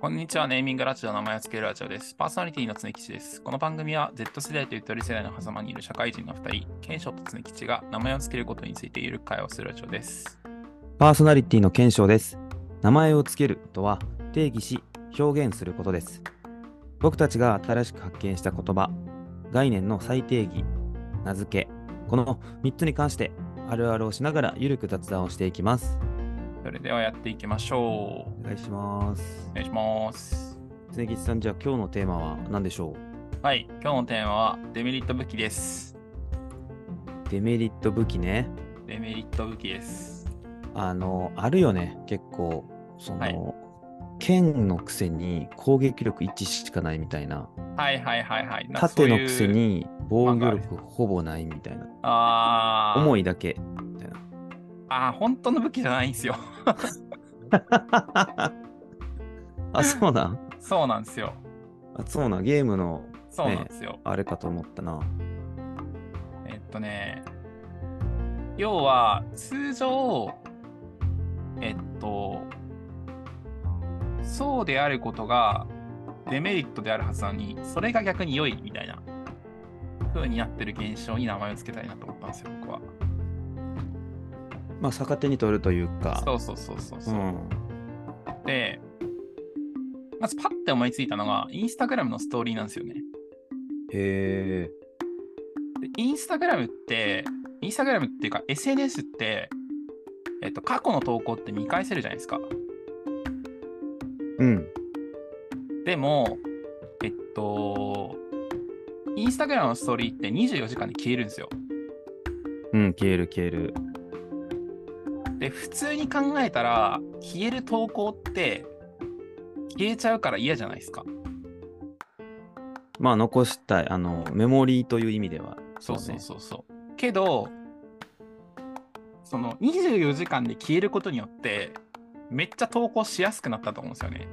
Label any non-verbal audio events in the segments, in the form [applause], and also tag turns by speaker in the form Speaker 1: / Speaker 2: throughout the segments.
Speaker 1: こんにちは、ネーミングラジオ、名前をつけるラジオです。パーソナリティの常吉です。この番組は Z 世代とゆとり世代の狭間にいる社会人の2人、賢章と常吉が名前をつけることについてゆるく会話をするラジオです。
Speaker 2: パーソナリティの検証です。名前をつけるとは定義し表現することです。僕たちが新しく発見した言葉、概念の再定義、名付け、この3つに関してあるあるをしながらゆるく雑談をしていきます。
Speaker 1: それではやっていきましょう。
Speaker 2: お願いします
Speaker 1: お。願いします。
Speaker 2: 常吉さん、じゃあ今日のテーマは何でしょ
Speaker 1: はい、今日のテーマはデメリット武器です。
Speaker 2: うデメリット武器ね。
Speaker 1: デメリット武器です。
Speaker 2: あの、あるよね、結構。その、
Speaker 1: はい
Speaker 2: 剣のくせに攻撃力1しかないみたいな。
Speaker 1: はいはいはいはい。なんかそう
Speaker 2: 縦
Speaker 1: いう
Speaker 2: のくせ。に防御
Speaker 1: なんか
Speaker 2: 力ほぼないみたいな。
Speaker 1: ああ。
Speaker 2: 重いだけ。
Speaker 1: ああ、本当の武器じゃないんですよ。
Speaker 2: あ、そうなん
Speaker 1: そうなんですよ。
Speaker 2: あ、そうなんゲームの
Speaker 1: そうなんですよ。
Speaker 2: あれかと思ったな。
Speaker 1: えっとね、要は通常、えっと、そうであることがデメリットであるはずなのに、それが逆に良いみたいな風になってる現象に名前をつけたいなと思ったんですよ、僕は。
Speaker 2: まあ、逆手に取るというか。
Speaker 1: そうそうそうそうそうう、
Speaker 2: ん。
Speaker 1: で、まずパッて思いついたのが、インスタグラムのストーリーなんですよね。
Speaker 2: へえ。
Speaker 1: でインスタグラムって、インスタグラムっていうか SNS って、えっと、過去の投稿って見返せるじゃないですか。
Speaker 2: うん。
Speaker 1: でも、えっと、インスタグラムのストーリーって24時間で消えるんですよ。
Speaker 2: うん、消える消える。
Speaker 1: で、普通に考えたら、消える投稿って、消えちゃうから嫌じゃないですか。
Speaker 2: まあ、残したい。あの、メモリーという意味では。
Speaker 1: そうそう
Speaker 2: ね
Speaker 1: そうそう。けど、その24時間で消えることによって、めっちゃ投稿しやすくなったと思うんですよね。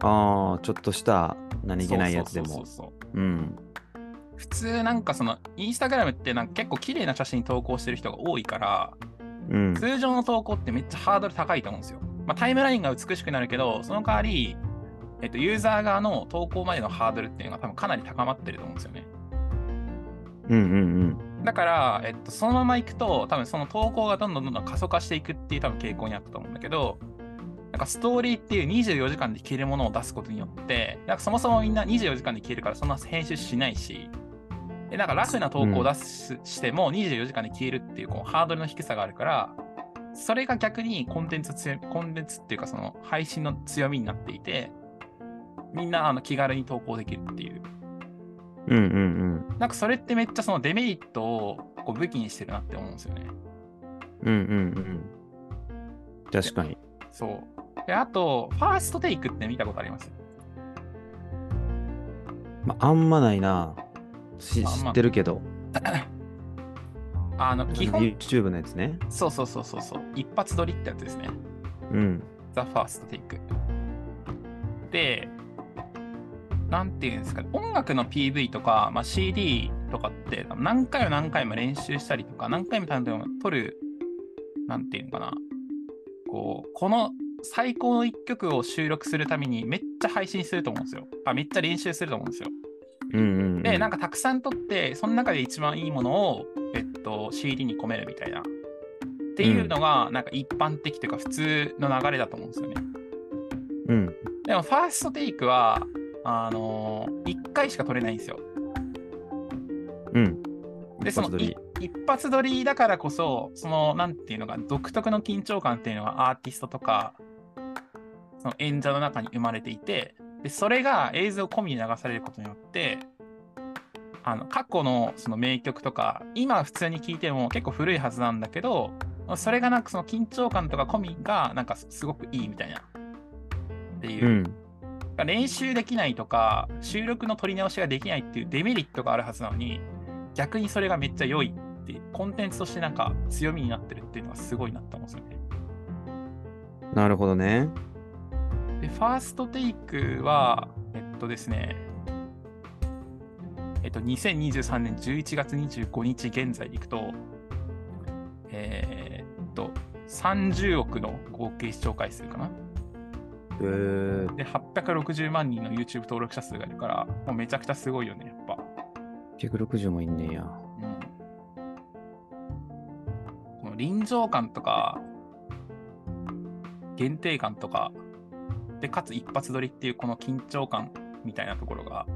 Speaker 2: ああ、ちょっとした何気ないやつで
Speaker 1: そう
Speaker 2: も。
Speaker 1: そうそうそう
Speaker 2: うん。
Speaker 1: 普通なんかそのインスタグラムってなんか結構綺麗な写真投稿してる人が多いから、
Speaker 2: うん。
Speaker 1: 通常の投稿ってめっちゃハードル高いと思うんですよ。まあ、タイムラインが美しくなるけど、その代わり、えっと、ユーザー側の投稿までのハードルっていうのが多分かなり高まってると思うんですよね。
Speaker 2: うんうん
Speaker 1: だから、えっと、そのままいくと、多分その投稿がどんどんどんどん過疎化していくっていう多分傾向にあったと思うんだけど、なんかストーリーっていう24時間で消えるものを出すことによって、なんかそもそもみんな24時間で消えるからそんな編集しないし、でなんかラフな投稿を出す、しても24時間で消えるっていうこうハードルの低さがあるから、それが逆にコンテンツ強いコンテンツっていうかその配信の強みになっていて、みんなあの気軽に投稿できるっていう
Speaker 2: うん。うんうん
Speaker 1: なんかそれってめっちゃそのデメリットをこう武器にしてるなって思うんですよね。
Speaker 2: うん。うんうんうん。確かに。
Speaker 1: そう。で、あと、ファーストテイクって見たことあります
Speaker 2: まあ、あんまないな。し
Speaker 1: まああん
Speaker 2: 知
Speaker 1: ま
Speaker 2: ってるけど。
Speaker 1: あの、基
Speaker 2: あの
Speaker 1: 本、
Speaker 2: YouTube のやつね。
Speaker 1: そうそうそうそうそう、一発撮りってやつですね。
Speaker 2: うん。
Speaker 1: ザ・ファーストテイク。で、なんていうんですかね、音楽の PV とか、まあ、CD とかって、何回も何回も練習したりとか、何回も何回も撮る、なんていうのかな、こう、この最高の一曲を収録するために、めっちゃ配信すると思うんですよ。あ、めっちゃ練習すると思うんですよ。
Speaker 2: うんうん、うん。
Speaker 1: で、なんかたくさん撮って、その中で一番いいものを、えっと、CD に込めるみたいな。っていうのが、なんか一般的というか、普通の流れだと思うんですよね。
Speaker 2: うん。
Speaker 1: でも、ファーストテイクは、あのー、1回しか撮れないんですよ。
Speaker 2: うん。
Speaker 1: で、その
Speaker 2: 一発撮り
Speaker 1: い一発撮りだからこそ、その、なんていうのが、独特の緊張感っていうのがアーティストとか、その演者の中に生まれていて、で、それが映像込みに流されることによって、あの、過去のその名曲とか、今普通に聴いても結構古いはずなんだけど、それがなんかその緊張感とか込みが、なんかすごくいいみたいな。っていうう。
Speaker 2: ん。
Speaker 1: 練習できないとか収録の取り直しができないっていうデメリットがあるはずなのに逆にそれがめっちゃ良いってコンテンツとしてなんか強みになってるっていうのはすごいなって思うんですよね。
Speaker 2: なるほどね。
Speaker 1: でファーストテイクはえっとですねえっと2023年11月25日現在でいくとえーっと30億の合計視聴回数かな
Speaker 2: えー、
Speaker 1: で、860万人の YouTube 登録者数がいるから、もうめちゃくちゃすごいよね、やっぱ。
Speaker 2: 960もいんねんや。
Speaker 1: うんこの臨場感とか、限定感とか、で、かつ一発撮りっていうこの緊張感みたいなところが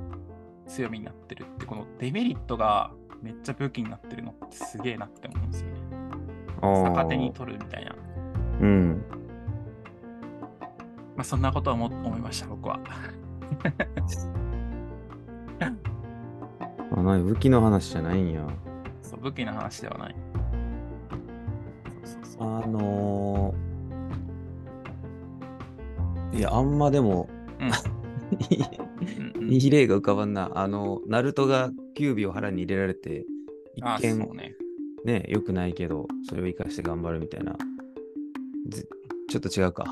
Speaker 1: 強みになってるって、このデメリットがめっちゃ武器になってるのってすげえなって思うんですよね。
Speaker 2: あー
Speaker 1: 逆手に取るみたいな。
Speaker 2: うん。
Speaker 1: まあ、そんなことを思思いました、僕は。
Speaker 2: あ、なに武器の話じゃないんや。
Speaker 1: そう武器の話ではない。そうそう
Speaker 2: あ
Speaker 1: そう
Speaker 2: のー、いや、あんまでも、
Speaker 1: うんうん
Speaker 2: [laughs] いい例が浮かばんな。あの、ナルトがキュービを腹に入れられて、一
Speaker 1: あー
Speaker 2: 見
Speaker 1: そうね。
Speaker 2: ね、良くないけど、それを生かして頑張るみたいな。ずちょっと違うか。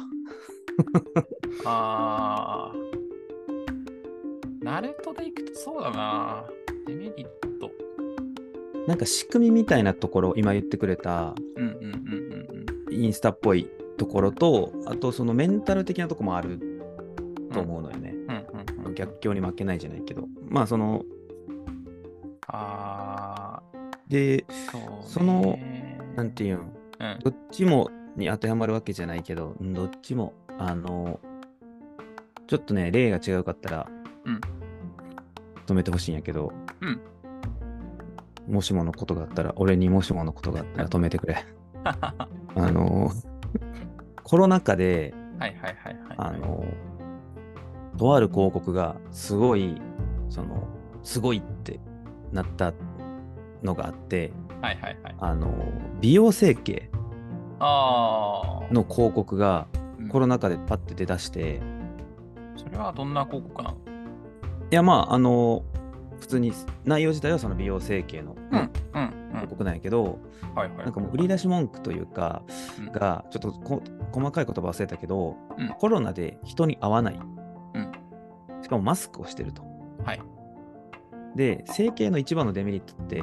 Speaker 1: あー。ナルトでいくとそうだな。デメリット。
Speaker 2: なんか仕組みみたいなところ、今言ってくれた、
Speaker 1: うんうんうんうん
Speaker 2: インスタっぽいところと、あとそのメンタル的なとこもある
Speaker 1: うん。
Speaker 2: と思うのよね。
Speaker 1: うんうんうん。
Speaker 2: 逆境に負けないじゃないけど。まあその、
Speaker 1: あ
Speaker 2: で、
Speaker 1: ー、そう、ね。
Speaker 2: その
Speaker 1: う
Speaker 2: なんんていうん、
Speaker 1: [laughs]
Speaker 2: どっちもに当てはまるわけじゃないけど、うんどっちも、あの、ちょっとね、例が違うかったら、
Speaker 1: うん
Speaker 2: 止めてほしいんやけど、
Speaker 1: うん
Speaker 2: もしものことがあったら、俺にもしものことがあったら止めてくれ。あの、コロナ禍で、
Speaker 1: はいはいはいはい。
Speaker 2: あの、とある広告がすごい、その、すごいってなったのがあって、
Speaker 1: はいはいはい。
Speaker 2: あの、美容整形
Speaker 1: あー。
Speaker 2: の広告が
Speaker 1: うん
Speaker 2: コロナ禍でパッて出だして、
Speaker 1: それはどんな広告なの
Speaker 2: いや、まあ、あの、普通に内容自体はその美容整形の
Speaker 1: うん
Speaker 2: 広
Speaker 1: うん
Speaker 2: 告なんやけど、
Speaker 1: うん。はいはい。
Speaker 2: なんかもう売り出し文句というか、
Speaker 1: うん
Speaker 2: が、ちょっとこ細かい言葉忘れたけど、
Speaker 1: うん
Speaker 2: コロナで人に会わない、
Speaker 1: うん
Speaker 2: しかもマスクをしてると。
Speaker 1: はい
Speaker 2: で、整形の一番のデメリットって、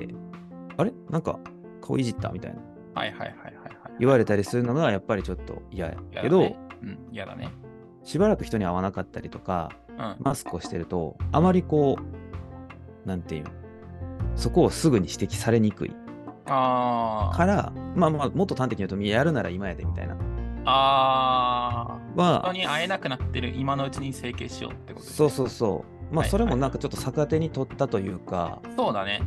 Speaker 2: あれなんか顔いじったみたいな
Speaker 1: はいはいはいはいはい。
Speaker 2: 言われたりするのがやっぱりちょっと嫌や
Speaker 1: 嫌だね
Speaker 2: けど、
Speaker 1: うん、嫌だね。
Speaker 2: しばらく人に会わなかったりとか、
Speaker 1: うん。はい
Speaker 2: マスクをしてると、あまりこう、なんていうのそこをすぐに指摘されにくい
Speaker 1: あー
Speaker 2: から、まあまあ、もっと端的に言うと、やるなら今やでみたいな。
Speaker 1: あー。人
Speaker 2: は、
Speaker 1: に会えなくなってる今のうちに整形しようってことです
Speaker 2: そう
Speaker 1: ね
Speaker 2: そうそう。ま
Speaker 1: は
Speaker 2: あ、
Speaker 1: い
Speaker 2: それもなんかちょっと逆手に取ったというか、
Speaker 1: そうだね。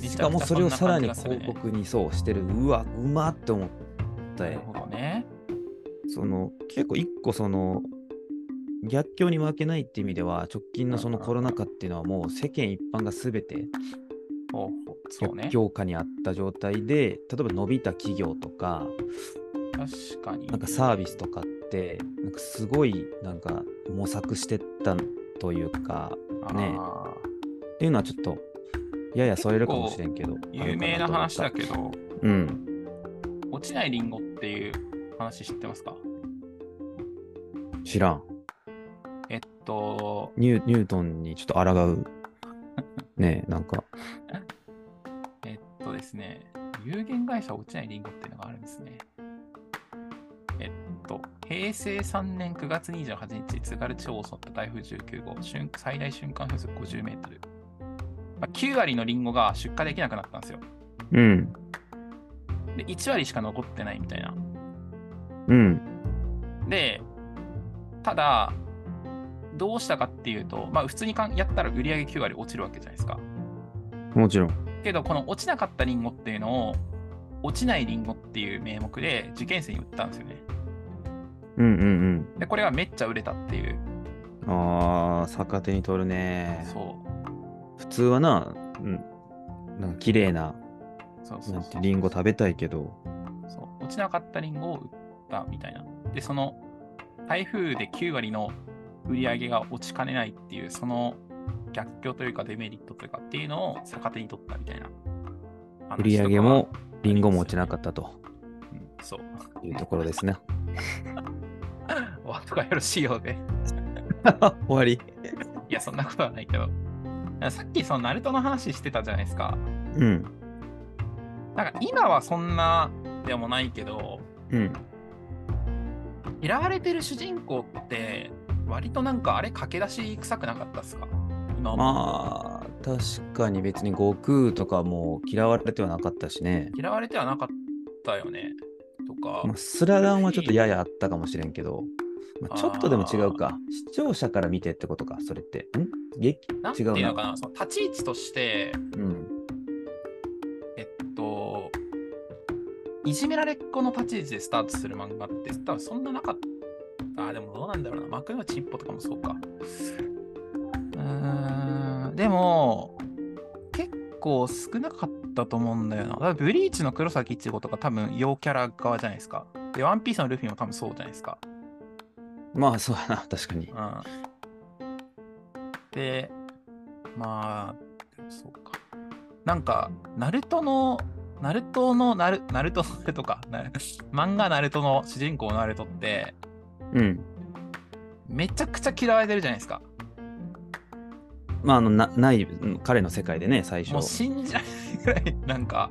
Speaker 1: めち
Speaker 2: し
Speaker 1: ゃ
Speaker 2: か
Speaker 1: く
Speaker 2: も
Speaker 1: ちゃそ
Speaker 2: そ
Speaker 1: ん
Speaker 2: れを
Speaker 1: な
Speaker 2: さら
Speaker 1: 感じ
Speaker 2: に
Speaker 1: がするね
Speaker 2: 広告にそうしてる、うわ、うまって思っ
Speaker 1: な
Speaker 2: た
Speaker 1: る
Speaker 2: よ
Speaker 1: ほどね。
Speaker 2: その結構一個その逆境に負けないって意味では直近のそのコロナ禍っていうのはもう世間一般が全て
Speaker 1: ほうほうそうね
Speaker 2: 逆。境下にあった状態で、例えば伸びた企業とか
Speaker 1: 確かに。
Speaker 2: なんかサービスとかってなんかすごいなんか模索してったというかね
Speaker 1: あー
Speaker 2: っていうのはちょっとややそれるかもしれんけど
Speaker 1: 有名な話だけ
Speaker 2: ど
Speaker 1: ど、
Speaker 2: うん
Speaker 1: 落ちないリンゴっていう話知ってますか
Speaker 2: 知らん
Speaker 1: えっと、
Speaker 2: ニュニュートンにちょっと抗
Speaker 1: [laughs]
Speaker 2: うねえなんか
Speaker 1: えっとですね、有限会社落ちないリンゴっていうのがあるんですね。えっと、平成3年9月28日、津軽地方を襲った台風19号、瞬最大瞬間風速50メートル。まあ9割のリンゴが出荷できなくなったんですよ。
Speaker 2: うん
Speaker 1: で、1割しか残ってないみたいな。
Speaker 2: うん
Speaker 1: で、ただ、どうしたかっていうと、まあ、普通にかんやったら売り上げ9割落ちるわけじゃないですか。
Speaker 2: もちろん
Speaker 1: けど、この落ちなかったリンゴっていうのを、落ちないリンゴっていう名目で受験生に売ったんですよね。
Speaker 2: うんうん
Speaker 1: で、これがめっちゃ売れたっていう。
Speaker 2: うん。ああ、逆手に取るね。
Speaker 1: そう。
Speaker 2: 普通はな、うん、なんか綺麗な、
Speaker 1: そうそう
Speaker 2: な
Speaker 1: そうん
Speaker 2: てリンゴ食べたいけど。
Speaker 1: そう。落ちなかったリンゴを売ったみたいな。で、その、台風で9割の売り上げが落ちかねないっていう、その逆境というかデメリットというかっていうのを逆手に取ったみたいな。
Speaker 2: 売り上げも、リンゴも落ちなかったと
Speaker 1: た。うんそう。
Speaker 2: いうとこ
Speaker 1: [laughs]
Speaker 2: ろですね。
Speaker 1: お後がよろしいようで。 [laughs]
Speaker 2: 終わり。
Speaker 1: いや、そんなことはないけど。さっきそのナルトの話してたじゃないですか。
Speaker 2: うん。
Speaker 1: なんか今はそんなでもないけど、
Speaker 2: うん。
Speaker 1: 嫌われてる主人公って割となんかあれ駆け出し臭くなかったっすか今思う
Speaker 2: まあ、確かに別に悟空とかも嫌われてはなかったしね。
Speaker 1: 嫌われてはなかったよねとか、
Speaker 2: まあ、スラダンはちょっとややあったかもしれんけど、まあ、ちょっとでも違うか。視聴者から見てってことか、それって。ん劇
Speaker 1: なんて
Speaker 2: 違う
Speaker 1: い
Speaker 2: な
Speaker 1: うのかなその立ち位置として
Speaker 2: うん。
Speaker 1: えっといじめられっ子の立ち位置でスタートする漫画って多分そんななかったあでもどうなんだろうな幕のチンポとかもそうかうーんでも結構少なかったと思うんだよなだからブリーチの黒崎一護とか多分陽キャラ側じゃないですかでワンピースのルフィも多分そうじゃないですか
Speaker 2: まあ、そうやな、確かに。
Speaker 1: うんで、まあ、でもそうか。なんか、ナルトの、ナルトのナル、ナルトのナルトか、 [laughs] な漫画ナルトの主人公ナルトって、
Speaker 2: うん。
Speaker 1: めちゃくちゃ嫌われてるじゃないですか。
Speaker 2: まあ、あの、なない、うん彼の世界でね、最
Speaker 1: もう
Speaker 2: [laughs] 初。
Speaker 1: 信じられないぐらい、なんか、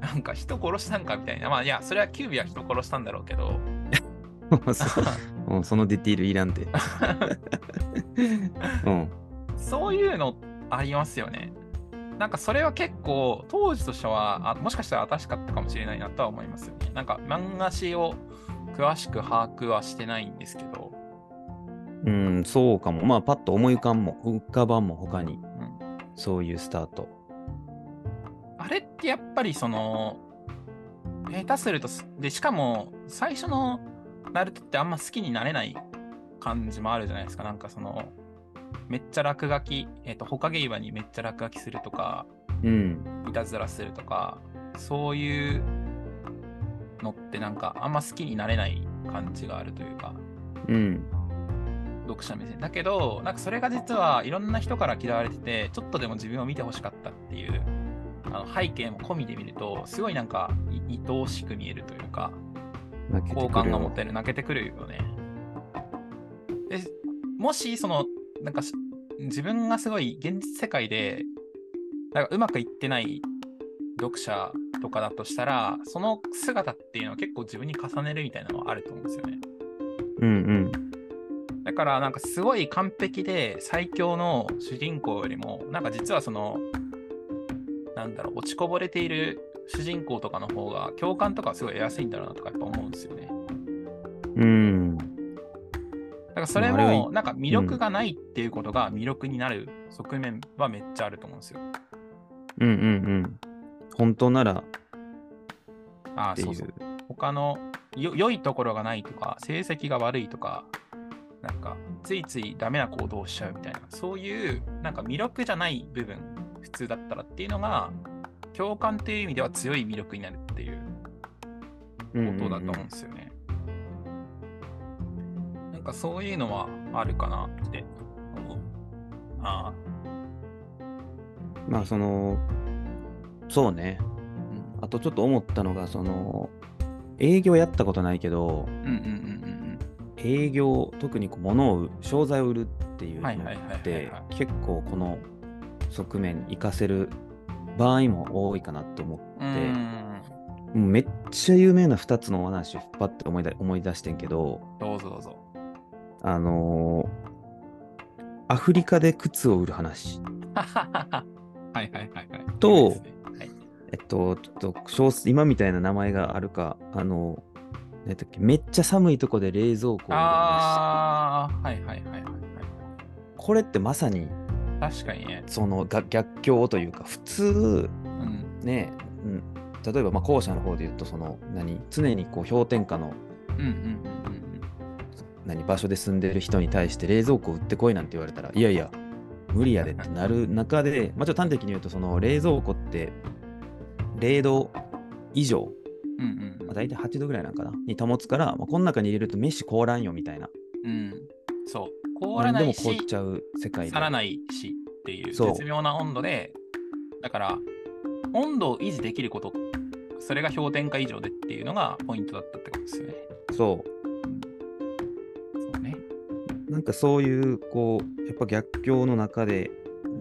Speaker 1: なんか人殺したんかみたいな。まあ、いや、それはキュービは人殺したんだろうけど、
Speaker 2: そううんそのディティールい
Speaker 1: [laughs]
Speaker 2: らんて。うん。
Speaker 1: そういうのありますよね。なんかそれは結構当時としてはあもしかしたら新しかったかもしれないなとは思いますよね。なんか漫画誌を詳しく把握はしてないんですけど、
Speaker 2: うん、そうかも。まあ、パッと思い浮かんも、浮かばんも他に、
Speaker 1: うん
Speaker 2: そういうスタート。
Speaker 1: あれってやっぱりその下手するとすでしかも最初のナルトってあんま好きになれない感じもあるじゃないですか。なんかそのめっちゃ落書き、えっ、と、他ゲイバにめっちゃ落書きするとか、
Speaker 2: うん。
Speaker 1: いたずらするとかそういうのってなんかあんま好きになれない感じがあるというか
Speaker 2: うん。
Speaker 1: 読者目線だけどなんかそれが実はいろんな人から嫌われててちょっとでも自分を見てほしかったっていうあの背景も込みで見るとすごいなんかい愛おしく見えるというか
Speaker 2: 泣けてくる
Speaker 1: 好感が持てる泣けてくるよね。でもしそのなんかし自分がすごい現実世界でなんかうまくいってない読者とかだとしたらその姿っていうのは結構自分に重ねるみたいなのはあると思うんですよね。
Speaker 2: うん
Speaker 1: だからなんかすごい完璧で最強の主人公よりもなんか実はそのなんだろう落ちこぼれている主人公とかの方が共感とかはすごい得やすいんだろうなとかやっぱ思うんですよね。
Speaker 2: うん。うん。
Speaker 1: だからそれ
Speaker 2: あれ
Speaker 1: も
Speaker 2: は
Speaker 1: なんか魅力がないっていうことが魅力になる側面はめっちゃあると思うんですよ。
Speaker 2: うんうんうん。本当なら
Speaker 1: ああ
Speaker 2: ってい。
Speaker 1: そううそう他のよ良いところがないとか成績が悪いとかなんかついついダメな行動をしちゃうみたいなそういうなんか魅力じゃない部分普通だったらっていうのが共感っていう意味では強い魅力になるっていう
Speaker 2: うんうん
Speaker 1: こ
Speaker 2: う
Speaker 1: と
Speaker 2: ん
Speaker 1: だと思うんですよね。なんかそういうのはあるかなって思う。あ
Speaker 2: まあその、そうね。
Speaker 1: あ、うん
Speaker 2: あとちょっと思ったのが、その、営業やったことないけど、
Speaker 1: うんうんうん
Speaker 2: 営業、特にこう物を売る、商材を売るっていうの
Speaker 1: はいはいはい
Speaker 2: っ
Speaker 1: はい
Speaker 2: て
Speaker 1: は、
Speaker 2: 結構この側面活かせる場合も多いかなって思って
Speaker 1: うんうん。
Speaker 2: で
Speaker 1: うー
Speaker 2: もうめっちゃ有名な2つのお話をパッて思いだ思い出してんけど、
Speaker 1: んどうぞどう [laughs] ぞ。
Speaker 2: あのーアフリカで靴を売る話。
Speaker 1: はいはいはいはい。
Speaker 2: と
Speaker 1: いいですねはい、
Speaker 2: えっと、ちょっと小説今みたいな名前があるか、あのー、なんだっけ、めっちゃ寒いとこで冷蔵庫を売る話。
Speaker 1: ああ、はいはいはいはいはい。
Speaker 2: これってまさに、
Speaker 1: 確かにね。
Speaker 2: そのが逆境というか、普通、
Speaker 1: うん。
Speaker 2: ね、うん、例えば、まあ、後者の方で言うと、その、何、常にこう氷点下の
Speaker 1: うんうんうんうん
Speaker 2: 何場所で住んでる人に対して冷蔵庫売ってこいなんて言われたらいやいや無理やでってなる中で、まあ、ちょっと端的に言うとその冷蔵庫って0度以上、
Speaker 1: うん。うんうん
Speaker 2: まあ、大体8度ぐらいなんかなに保つから、まあ、この中に入れると飯凍らんよみたいな
Speaker 1: うん。そう。凍ら
Speaker 2: 何
Speaker 1: な
Speaker 2: でも
Speaker 1: い
Speaker 2: 凍っ
Speaker 1: し、
Speaker 2: ちゃう世界で
Speaker 1: 去らないしっていう
Speaker 2: そう
Speaker 1: 絶妙な温度で、だから、温度を維持できること、それが氷点下以上でっていうのがポイントだったってことですよね。
Speaker 2: そ
Speaker 1: そうね。
Speaker 2: うなんかそういうこうやっぱ逆境の中で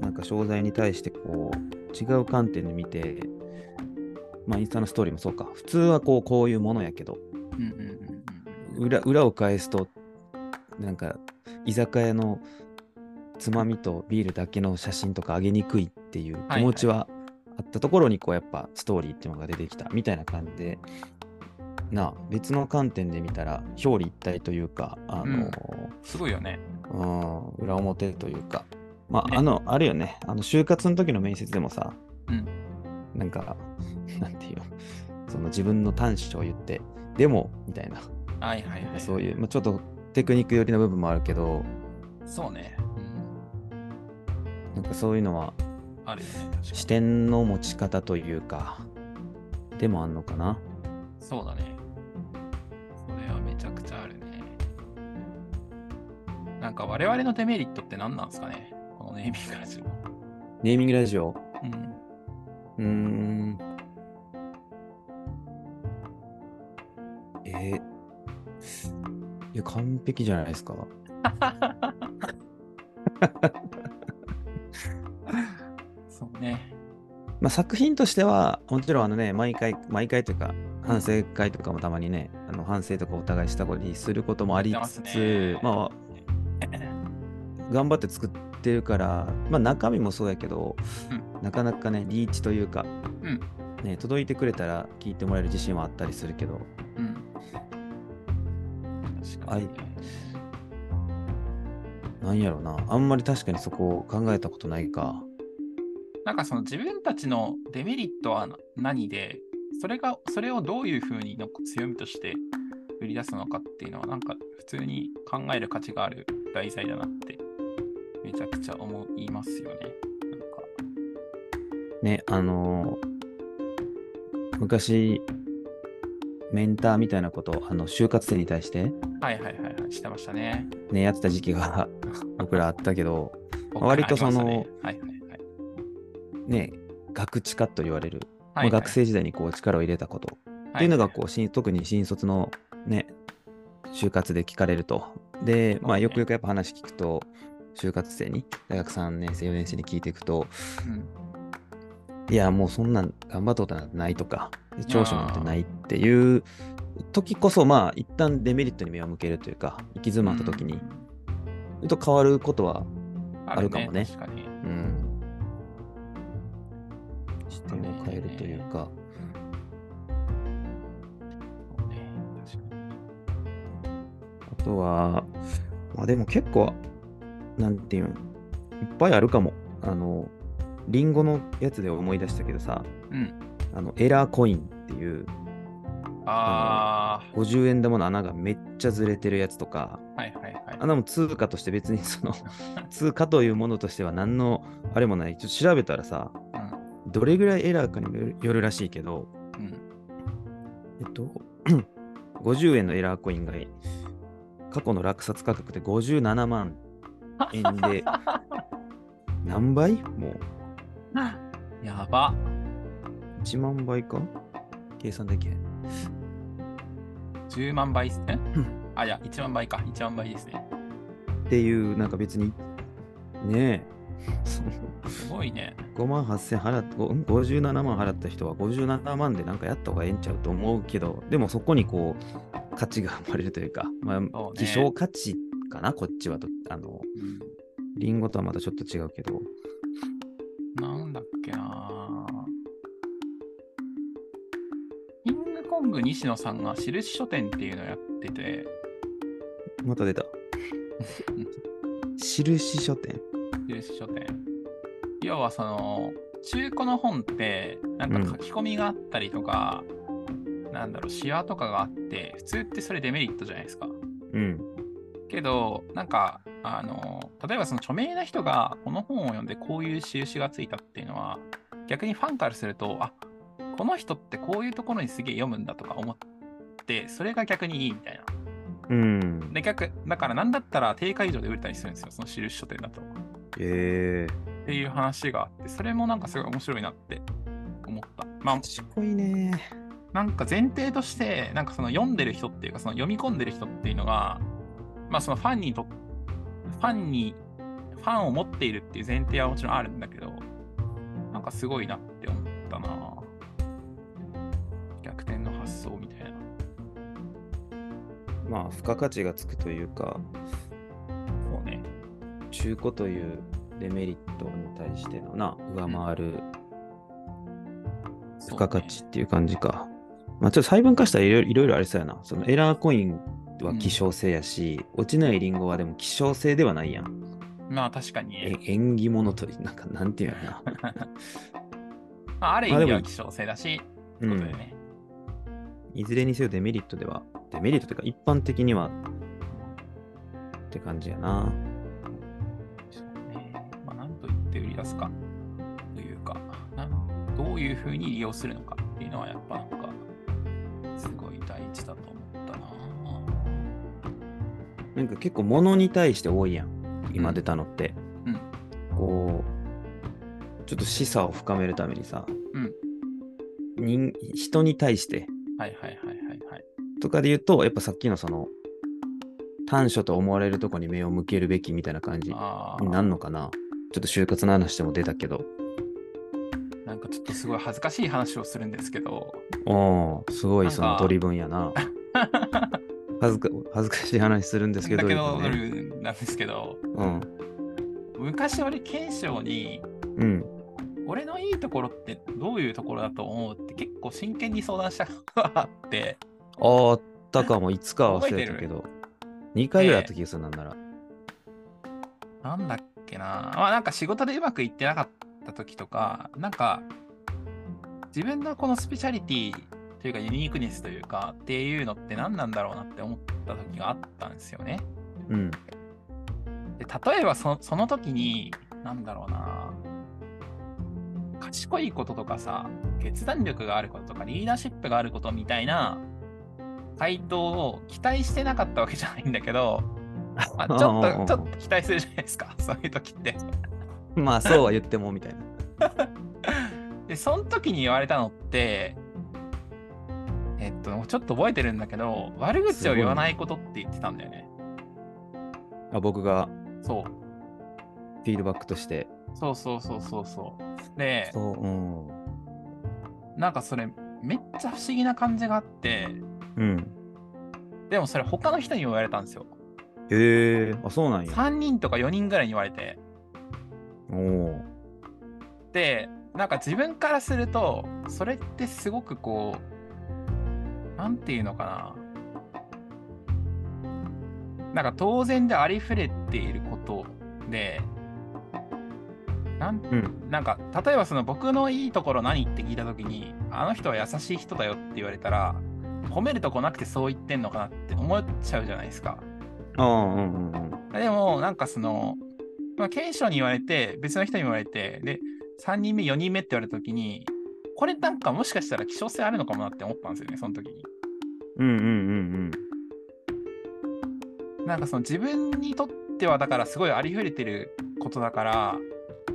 Speaker 2: なんか商材に対してこう違う観点で見てまあインスタのストーリーもそうか普通はこうこういうものやけど
Speaker 1: うんうんうんうん。
Speaker 2: 裏裏を返すとなんか居酒屋のつまみとビールだけの写真とかあげにくいっていう気持ちはあったところにこうやっぱストーリーっていうのが出てきたみたいな感じでなあ別の観点で見たら表裏一体というかあの、
Speaker 1: すごいよね。
Speaker 2: うん裏表というかまあ、
Speaker 1: ね
Speaker 2: あのあれよねあの就活の時の面接でもさ
Speaker 1: うん。
Speaker 2: なんかなんていうのその自分の短所を言ってでもみたいな
Speaker 1: はいはいはい。
Speaker 2: そういう、まあ、ちょっとテクニック寄りの部分もあるけど
Speaker 1: そうね。うん
Speaker 2: なんかそういうのは
Speaker 1: あるよね。確か
Speaker 2: 視
Speaker 1: に
Speaker 2: 点の持ち方というか、でもあんのかな。
Speaker 1: そうだね。それはめちゃくちゃあるね。なんか我々のデメリットって何なんですかねこのネーミングからすると
Speaker 2: ネーミングラジオ。
Speaker 1: うん。 [laughs]
Speaker 2: うーん。えーいや、完璧じゃないですか。
Speaker 1: そうね。
Speaker 2: まあ、作品としては、もちろんあのね、毎回、毎回というか、反省会とかもたまにね、あの反省とかお互いしたことにすることもありつ
Speaker 1: 言
Speaker 2: つ、
Speaker 1: って
Speaker 2: ま
Speaker 1: ま
Speaker 2: あ、頑張って作ってるから、まあ、中身もそうやけど、
Speaker 1: う
Speaker 2: なかなかね、リーチというか、
Speaker 1: うん
Speaker 2: ね、届いてくれたら聞いてもらえる自信はあったりするけど、
Speaker 1: うん。確かに、ね。
Speaker 2: なんやろな、あんまり確かにそこを考えたことないか。
Speaker 1: なんかその自分たちのデメリットはな何で、それが、それをどういうふうにの強みとして売り出すのかっていうのは、なんか普通に考える価値がある題材だなって、めちゃくちゃ思いますよね。なんか、
Speaker 2: ね、あのー昔、メンターみたいなことを、あの、就活生に対して、
Speaker 1: はいはいはいはい、してましたね。
Speaker 2: ね、やってた時期が [laughs] 僕らあったけど、
Speaker 1: 僕
Speaker 2: 割と
Speaker 1: ありましたねはいはいはい
Speaker 2: ね、学知化と言われる、まあ
Speaker 1: はいはい
Speaker 2: 学生時代にこう力を入れたこと、っていうのがこう新特に新卒のね就活で聞かれるとで、
Speaker 1: そ
Speaker 2: まあ、
Speaker 1: うね
Speaker 2: よくよくやっぱ話聞くと就活生に大学3年生4年生に聞いていくと
Speaker 1: はいうん
Speaker 2: いやもうそんなん頑張ったことなんてないとかで長所なんてないっていう時こそまあ一旦デメリットに目を向けるというか行き詰まった時に、と変わることは
Speaker 1: あ
Speaker 2: あるかもね
Speaker 1: 確かに。
Speaker 2: うん視点を変えるというか、
Speaker 1: そうね確かに
Speaker 2: あとは、まあでも結構、なんていうん、いっぱいあるかも。あの、リンゴのやつで思い出したけどさ、
Speaker 1: うん。
Speaker 2: あの、エラーコインっていう
Speaker 1: あ
Speaker 2: 50円玉の穴がめっちゃずれてるやつとか、
Speaker 1: あ、はいはいはい。
Speaker 2: 穴も通貨として別にそ [laughs] の通貨というものとしては何のあれもない。ちょっと調べたらさ、どれぐらいエラーかにもよるよるらしいけど、
Speaker 1: うんうん
Speaker 2: えっと、50円のエラーコインが過去の落札価格で57万円で何倍も
Speaker 1: やば。
Speaker 2: う1万倍か計算できへん。
Speaker 1: 10万倍ですね
Speaker 2: うん。
Speaker 1: あ、いや、1万倍か。1万倍ですね。
Speaker 2: っていう、なんか別に、ねえ、 [laughs] その
Speaker 1: すごいね。
Speaker 2: 5万8000払って、ごうん57万払った人は57万でなんかやった方がええんちゃうと思うけど、でもそこにこう、価値が生まれるというか、まあ、
Speaker 1: ね
Speaker 2: 希少価値かな、こっちはと。あの、
Speaker 1: うん
Speaker 2: リンゴとはまたちょっと違うけど。
Speaker 1: なんだっけなキングコング西野さんが印書店っていうのをやってて、
Speaker 2: また出た。印書店。
Speaker 1: 印書店。要はその、中古の本って、なんか書き込みがあったりとか、なんだろう、シワとかがあって、普通ってそれデメリットじゃないですか。
Speaker 2: うん。
Speaker 1: けど、なんか、あの、例えばその著名な人がこの本を読んでこういう印がついたっていうのは、逆にファンからすると、あこの人ってこういうところにすげえ読むんだとか思って、それが逆にいいみたいな。
Speaker 2: うん。
Speaker 1: で、逆、だからなんだったら定価以上で売れたりするんですよ、その印書店だと。っ
Speaker 2: ええ
Speaker 1: ていう話があって、それもなんかすごい面白いなって思った。まあ、
Speaker 2: 賢いね。
Speaker 1: なんか前提として、なんかその読んでる人っていうか、その読み込んでる人っていうのが、まあそのファンにと、ファンに、ファンを持っているっていう前提はもちろんあるんだけど、なんかすごいなって思ったな逆転の発想みたいな。
Speaker 2: まあ、付加価値がつくというか、中古というデメリットに対してのな、上回る付加価値っていう感じか。まあちょっと細分化したらいろいろいろいろありそうやな。そのエラーコインは希少性やし、落ちないリンゴはでも希少性ではないやん。
Speaker 1: まあ確かに
Speaker 2: え
Speaker 1: ね。
Speaker 2: 縁起物と、なんかなんていうんやろな。
Speaker 1: [laughs] まあ、ある意
Speaker 2: まあ
Speaker 1: 味で
Speaker 2: でも
Speaker 1: は希少性だし、
Speaker 2: う
Speaker 1: ということ
Speaker 2: ん
Speaker 1: で、ね。
Speaker 2: いずれにせよデメリットでは、デメリットというか一般的にはって感じやな。
Speaker 1: ねまあ、なんと言って売り出すかというか、なんどういうふうに利用するのかっていうのは、やっぱなんか、すごい大事だと思ったな。
Speaker 2: なんか結構物に対して多いやん。今出たのって。
Speaker 1: うん
Speaker 2: こう、ちょっと示唆を深めるためにさ、
Speaker 1: うん
Speaker 2: 人人に対して
Speaker 1: はいはいはいはいはい。
Speaker 2: とかで言うと、やっぱさっきのその、短所と思われるとこに目を向けるべきみたいな感じに
Speaker 1: ああ、
Speaker 2: なんのかな。ちょっと就活の話でも出たけど、
Speaker 1: なんかちょっとすごい恥ずかしい話をするんですけど、
Speaker 2: おーすごいそ
Speaker 1: なん
Speaker 2: の
Speaker 1: か
Speaker 2: 取り分やな。恥ずか恥ずかしい話するんですけど、
Speaker 1: だけど、
Speaker 2: よくね
Speaker 1: なんですけど、
Speaker 2: うん。
Speaker 1: 昔俺、賢秀に、
Speaker 2: うん。
Speaker 1: 俺のいいところってどういうところだと思うって結構真剣に相談したことがあって、
Speaker 2: あーあったかも、いつかは忘れたけど、2回ぐらいあった気がするなんなら。
Speaker 1: なんだっけな、まあなんか仕事でうまくいってなかった時とか、なんか自分のこのスペシャリティというかユニークネスというかっていうのって何なんだろうなって思った時があったんですよね。
Speaker 2: うん。
Speaker 1: で例えばそその時に、なんだろうな、賢いこととかさ、決断力があることとか、リーダーシップがあることみたいな回答を期待してなかったわけじゃないんだけど、まあ、ちょ
Speaker 2: [laughs] うんうんう
Speaker 1: っ
Speaker 2: ん
Speaker 1: とちょっと期待するじゃないですか、そういう時って。
Speaker 2: まあそうは言ってもみたいな。
Speaker 1: で、その時に言われたのって、えっと、ちょっと覚えてるんだけど、悪口を言わないことって言ってたんだよね。
Speaker 2: [laughs] あ僕が
Speaker 1: そう。
Speaker 2: フィードバックとして。
Speaker 1: そうそうそうそうそう。で、
Speaker 2: そう、うん。
Speaker 1: なんかそれ、めっちゃ不思議な感じがあって、
Speaker 2: うん。
Speaker 1: でもそれ他の人に言われたんですよ。
Speaker 2: へえ、あ、そうなんや。
Speaker 1: 3人とか4人ぐらいに言われて。
Speaker 2: おお。
Speaker 1: で、なんか自分からすると、それってすごくこう、なんていうのかな。なんか当然でありふれていることで、なん
Speaker 2: うん。
Speaker 1: なんか例えばその僕のいいところ何って聞いた時にあの人は優しい人だよって言われたら褒めるとこなくてそう言ってんのかなって思っちゃうじゃないですか。
Speaker 2: ああ、うんうんうん。
Speaker 1: でも、なんかその、まあ、検証に言われて、別の人に言われて、で、3人目、4人目って言われたときに、これなんかもしかしたら希少性あるのかもなって思ったんですよね、その時に。
Speaker 2: うんうん
Speaker 1: なんかその自分にとっては、だからすごいありふれてることだから、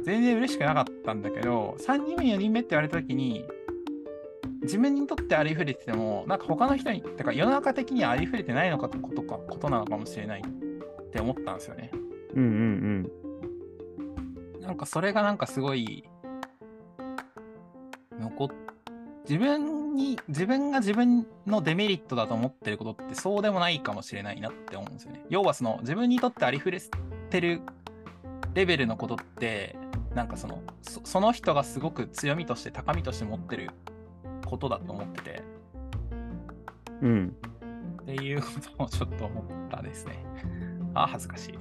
Speaker 1: 全然嬉しくなかったんだけど、3人目、4人目って言われたときに、自分にとってありふれてても、なんか他の人に、だから世の中的にはありふれてないのかとことか、ことなのかもしれないって思ったんですよね。
Speaker 2: うん。うんうん
Speaker 1: なんかそれがなんかすごい残っ自分に自分が自分のデメリットだと思ってることってそうでもないかもしれないなって思うんですよね。要はその自分にとってありふれてるレベルのことってなんかそのそその人がすごく強みとして高みとして持ってることだと思ってて
Speaker 2: うん。うん。
Speaker 1: っていうことをちょっと思ったですね。あー恥ずかしい。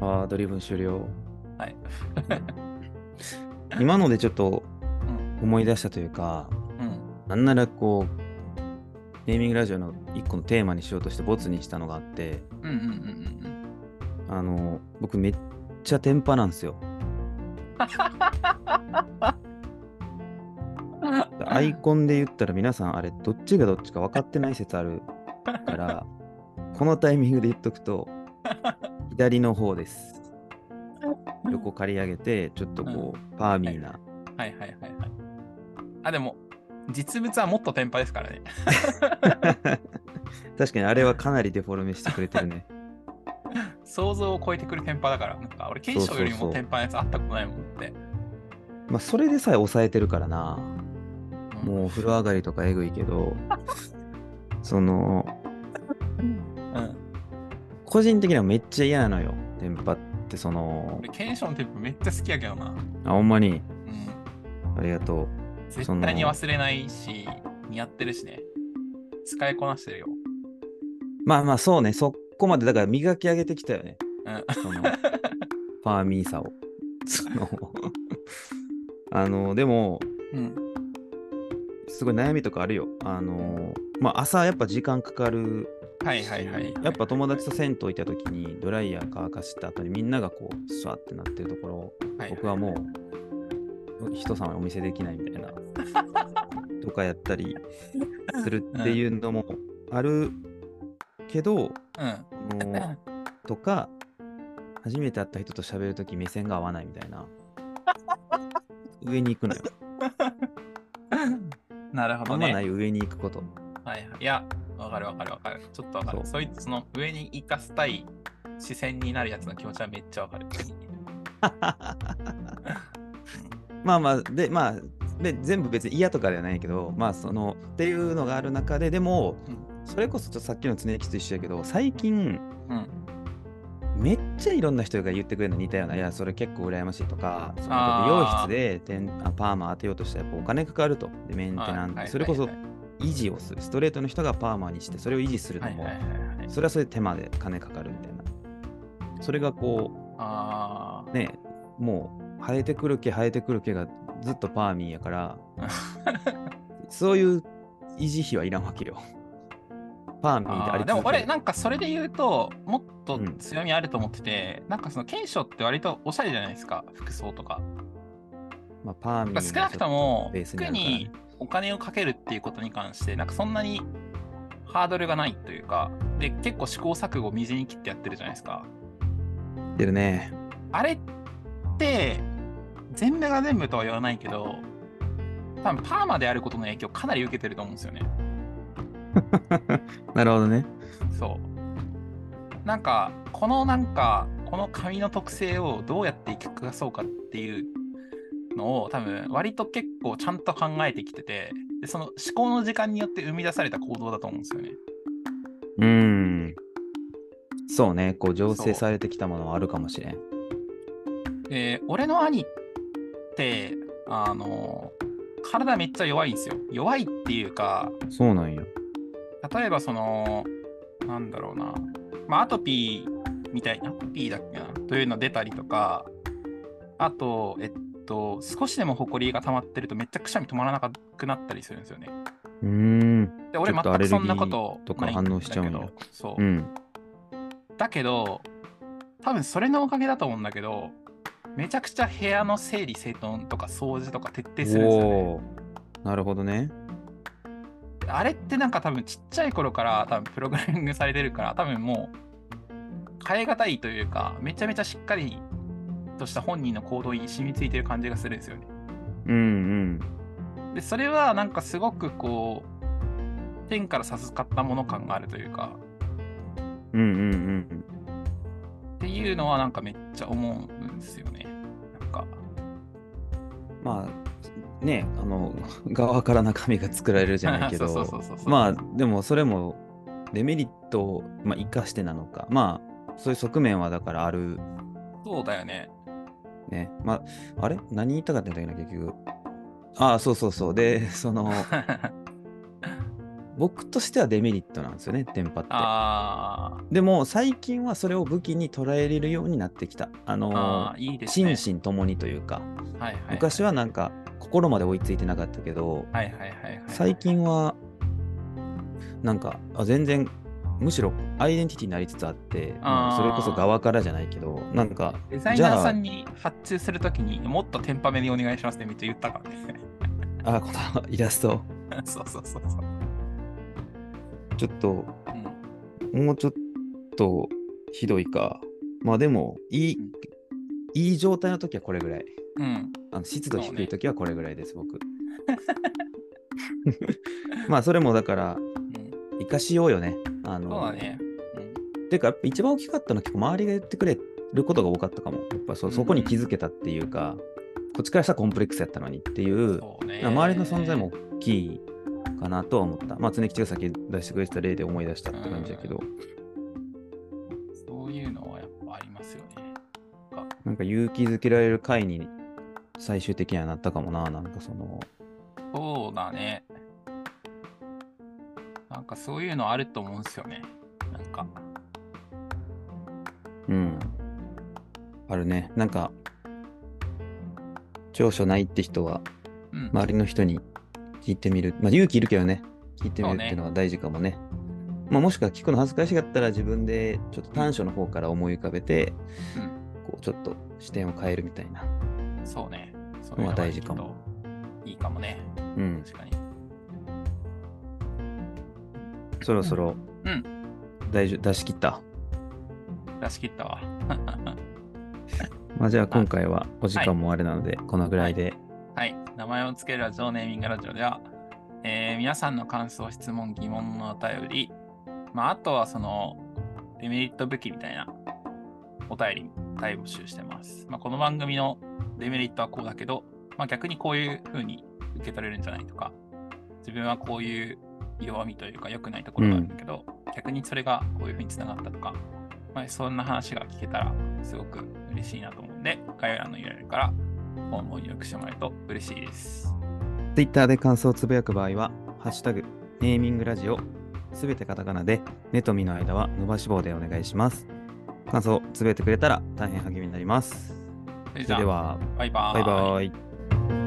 Speaker 2: ああ、ドリブン終了。
Speaker 1: はい。
Speaker 2: [laughs] 今のでちょっと
Speaker 1: うん
Speaker 2: 思い出したというか、
Speaker 1: うん
Speaker 2: なんならこう、ネーミングラジオの一個のテーマにしようとしてボツにしたのがあって、
Speaker 1: うんうんうん
Speaker 2: あの、僕めっちゃテンパなんですよ。
Speaker 1: うんうん。
Speaker 2: アイコンで言ったら皆さんあれどっちがどっちか分かってない説あるから
Speaker 1: [laughs]
Speaker 2: このタイミングで言っとくと左の方です横刈り上げてちょっとこうパーミーな
Speaker 1: はいはいはいはい。あ、でも、実物はもっと天パですからね。 [laughs]
Speaker 2: [laughs] 確かにあれはかなりデフォルメしてくれてる
Speaker 1: [laughs]
Speaker 2: ね
Speaker 1: 想像を超えてくる天パだから、なんか俺、
Speaker 2: そう
Speaker 1: 検
Speaker 2: そうそう
Speaker 1: 証よりも天パのやつあったことないもんって。
Speaker 2: まあそれでさえ抑えてるからな
Speaker 1: うん
Speaker 2: もうお風呂上がりとかえぐいけどその
Speaker 1: うん。
Speaker 2: 個人的にはめっちゃ嫌なのよテンパっってその
Speaker 1: 俺、ケンションのテープめっちゃ好きやけどな。
Speaker 2: あほんまに
Speaker 1: うん。
Speaker 2: ありがとう
Speaker 1: 絶
Speaker 2: その
Speaker 1: 対に忘れないし、似合ってるしね。使いこなしてるよ。
Speaker 2: まあまあそうねそこまでだから磨き上げてきたよね
Speaker 1: うん。
Speaker 2: そのファーミーさをそのあのでも
Speaker 1: うん。
Speaker 2: すごい悩みとかあるよあのまあ朝やっぱ時間かかる
Speaker 1: はいはいはい。
Speaker 2: やっぱ友達と銭湯行った時にドライヤー乾かした後にみんながこうシュワってなってるところを
Speaker 1: はい
Speaker 2: 僕はもう人様にお見せできないみ
Speaker 1: [laughs]
Speaker 2: たいなとかやったりするっていうのもあるけど、
Speaker 1: うん。
Speaker 2: あのとか初めて会った人と喋る時目線が合わないみた
Speaker 1: [laughs]
Speaker 2: いな上に行くのよ
Speaker 1: [laughs] なるほ
Speaker 2: あ
Speaker 1: ど
Speaker 2: んま
Speaker 1: ね。
Speaker 2: ない上に行くこと
Speaker 1: はいはい、いや、わかるわかるわかる。ちょっとわかる。
Speaker 2: そう
Speaker 1: そいつの上に行かせたい視線になるやつの気持ちはめっちゃわかる。
Speaker 2: まあまあでまあで全部別に嫌とかではないけどまあそのっていうのがある中ででも、
Speaker 1: うん
Speaker 2: それこそちょっとさっきの常吉と一緒やけど最近、
Speaker 1: うん
Speaker 2: めっちゃいろんな人が言ってくれるの似たようないやそれ結構羨ましいとかその
Speaker 1: あー
Speaker 2: 美容室でてんあパーマ当てようとしたらやっぱお金かかるとでメンテナンス、
Speaker 1: はい
Speaker 2: それこそ
Speaker 1: はい
Speaker 2: 維持をするストレートの人がパーマにしてそれを維持する
Speaker 1: は
Speaker 2: の
Speaker 1: い
Speaker 2: も、
Speaker 1: はいはいはい。
Speaker 2: それはそれで手間で金かかるみたいなそれがこう
Speaker 1: あ
Speaker 2: ねもう生えてくる毛生えてくる毛がずっとパーミーや
Speaker 1: [laughs]
Speaker 2: から
Speaker 1: あ。
Speaker 2: そういう維持費はいらんわけよパーミーであ
Speaker 1: あ
Speaker 2: り
Speaker 1: ー
Speaker 2: 続ける
Speaker 1: でも俺なんかそれで言うともっと
Speaker 2: うん
Speaker 1: 強みあると思ってて、なんかその検証って割とおしゃれじゃないですか服装とか
Speaker 2: まあ、パーミー
Speaker 1: まあ
Speaker 2: が
Speaker 1: 少なくとも
Speaker 2: ベースにあ
Speaker 1: 服
Speaker 2: るからね
Speaker 1: にお金をかけるっていうことに関してなんかそんなにハードルがないというかで結構試行錯誤をみじに切ってやってるじゃないですか
Speaker 2: ちょっとやってるね
Speaker 1: あれって全部が全部とは言わないけど多分パーマであることの影響かなり受けてると思うんですよね
Speaker 2: なるほどね
Speaker 1: そうなんかこのなんかこの髪の特性をどうやって生かそうかっていうのを多分割と結構ちゃんと考えてきててでその思考の時間によって生み出された行動だと思うんですよね
Speaker 2: うーんそうねこう醸成されてきたものはあるかもしれん
Speaker 1: で俺の兄ってあの体めっちゃ弱いんですよ弱いっていうか
Speaker 2: そうなんよ
Speaker 1: 例えばそのなんだろうな、まあ、アトピーみたいなアトピーだっけなというの出たりとかあとえっと少しでもホコリが溜まってるとめっちゃくしゃみ止まらなくなったりするんですよね
Speaker 2: うーん
Speaker 1: で俺
Speaker 2: ち
Speaker 1: 全
Speaker 2: ょっとア
Speaker 1: く
Speaker 2: レルギ
Speaker 1: そ
Speaker 2: ー
Speaker 1: んなこと
Speaker 2: とか
Speaker 1: ないんだけど
Speaker 2: 反応しちゃうんや
Speaker 1: そううんだけど多分それのおかげだと思うんだけどめちゃくちゃ部屋の整理整頓とか掃除とか徹底するんですよね
Speaker 2: おーなるほどね
Speaker 1: あれってなんか多分ちっちゃい頃から多分プログラミングされてるから多分もう変え難いというかめちゃめちゃしっかりとした本人の行動に染みついてる感じがするんですよね。
Speaker 2: うん
Speaker 1: でそれはなんかすごくこう天から授かったもの感があるというか
Speaker 2: うんうんうんうんうん
Speaker 1: っていうのはなんかめっちゃ思うんですよね。なんか
Speaker 2: まあねあの側から中身が作られるじゃないけ
Speaker 1: [laughs] そうそ
Speaker 2: ど
Speaker 1: うそうそう
Speaker 2: まあでもそれもデメリットを、まあ、生かしてなのかまあそういう側面はだからある
Speaker 1: そうだよね。 [laughs]
Speaker 2: ねまああれ何言いたかったんだっけな結局ああそうそうそうでその僕としてはデメリットなんですよね電波って
Speaker 1: あー
Speaker 2: でも最近はそれを武器に捉えれるようになってきたあの
Speaker 1: あーいいですね。
Speaker 2: 心身ともにというか
Speaker 1: はいはいはい、
Speaker 2: 昔はなんか心まで追いついてなかったけど、
Speaker 1: はいはいはいはい
Speaker 2: 最近はなんかあ全然むしろアイデンティティになりつつあって
Speaker 1: あー
Speaker 2: もうそれこそ側からじゃないけどなんか
Speaker 1: デザイナーさんに発注するときにもっとテンパめにお願いしますってめっちゃ言ったからね。
Speaker 2: あこのイラスト
Speaker 1: そうそうそうそう。
Speaker 2: ちょっと
Speaker 1: うん
Speaker 2: もうちょっとひどいかまあでもいい、
Speaker 1: うん
Speaker 2: いい状態の時はこれぐらい
Speaker 1: うん。
Speaker 2: あの湿度
Speaker 1: そう
Speaker 2: 低
Speaker 1: ね
Speaker 2: い時はこれぐらいです、僕 [laughs] まあそれもだから
Speaker 1: うん
Speaker 2: 生かしようよねあ
Speaker 1: そうだ
Speaker 2: の
Speaker 1: ね。うん
Speaker 2: てかやっぱ一番大きかったのは結構周りが言ってくれることが多かったかもやっぱそ
Speaker 1: うん
Speaker 2: そこに気づけたっていうか、こっちからしたらコンプレックスやったのにっていう
Speaker 1: そうね。
Speaker 2: 周りの存在も大きいかなとは思ったまあ常吉が先出してくれてた例で思い出したって感じだけど、
Speaker 1: そういうのはやっぱありますよね。
Speaker 2: なんか勇気づけられる回に最終的にはなったかもな、なんかその、
Speaker 1: そうだね。なんかそういうのあると思うんですよね。なんか。
Speaker 2: うん。あるね。なんか、長所ないって人は、
Speaker 1: うん。
Speaker 2: 周りの人に聞いてみる。まあ、勇気いるけどね、聞いてみるっていうのは大事かもね。まあ、もしくは聞くの恥ずかしかったら自分でちょっと短所の方から思い浮かべて、
Speaker 1: うん
Speaker 2: こうちょっと視点を変えるみたいな。
Speaker 1: そうね。そ
Speaker 2: のは大事か
Speaker 1: うい
Speaker 2: も
Speaker 1: うのがきっといいかもね。
Speaker 2: うん。
Speaker 1: 確かに。
Speaker 2: そろそろ、
Speaker 1: うん
Speaker 2: 大丈夫出し切った。
Speaker 1: 出し切ったわ。
Speaker 2: まあ、じゃあ今回はお時間もあれなので、このぐらいで。
Speaker 1: はい。名前をつけるラジオネーミングラジオでは、えー皆さんの感想、質問、疑問のお便り、まあ、あとはその、デメリット武器みたいなお便り、大募集してます。まあ、この番組のデメリットはこうだけど、まあ、逆にこういう風に受け取れるんじゃないとか、自分はこういう弱みというか良くないところがあるんだけど、逆にそれがこういう風につながったとか、まあ、そんな話が聞けたらすごく嬉しいなと思うんで、概要欄の URL からフォームを入力してもらえると嬉しいです。
Speaker 2: Twitter で感想をつぶやく場合は、ハッシュタグ、ネーミングラジオ、すべてカタカナで、ネとミの間は伸ばし棒でお願いします。感想をつぶやいてくれたら大変励みになります。
Speaker 1: それ
Speaker 2: それでは、
Speaker 1: バイバ
Speaker 2: バイバイ。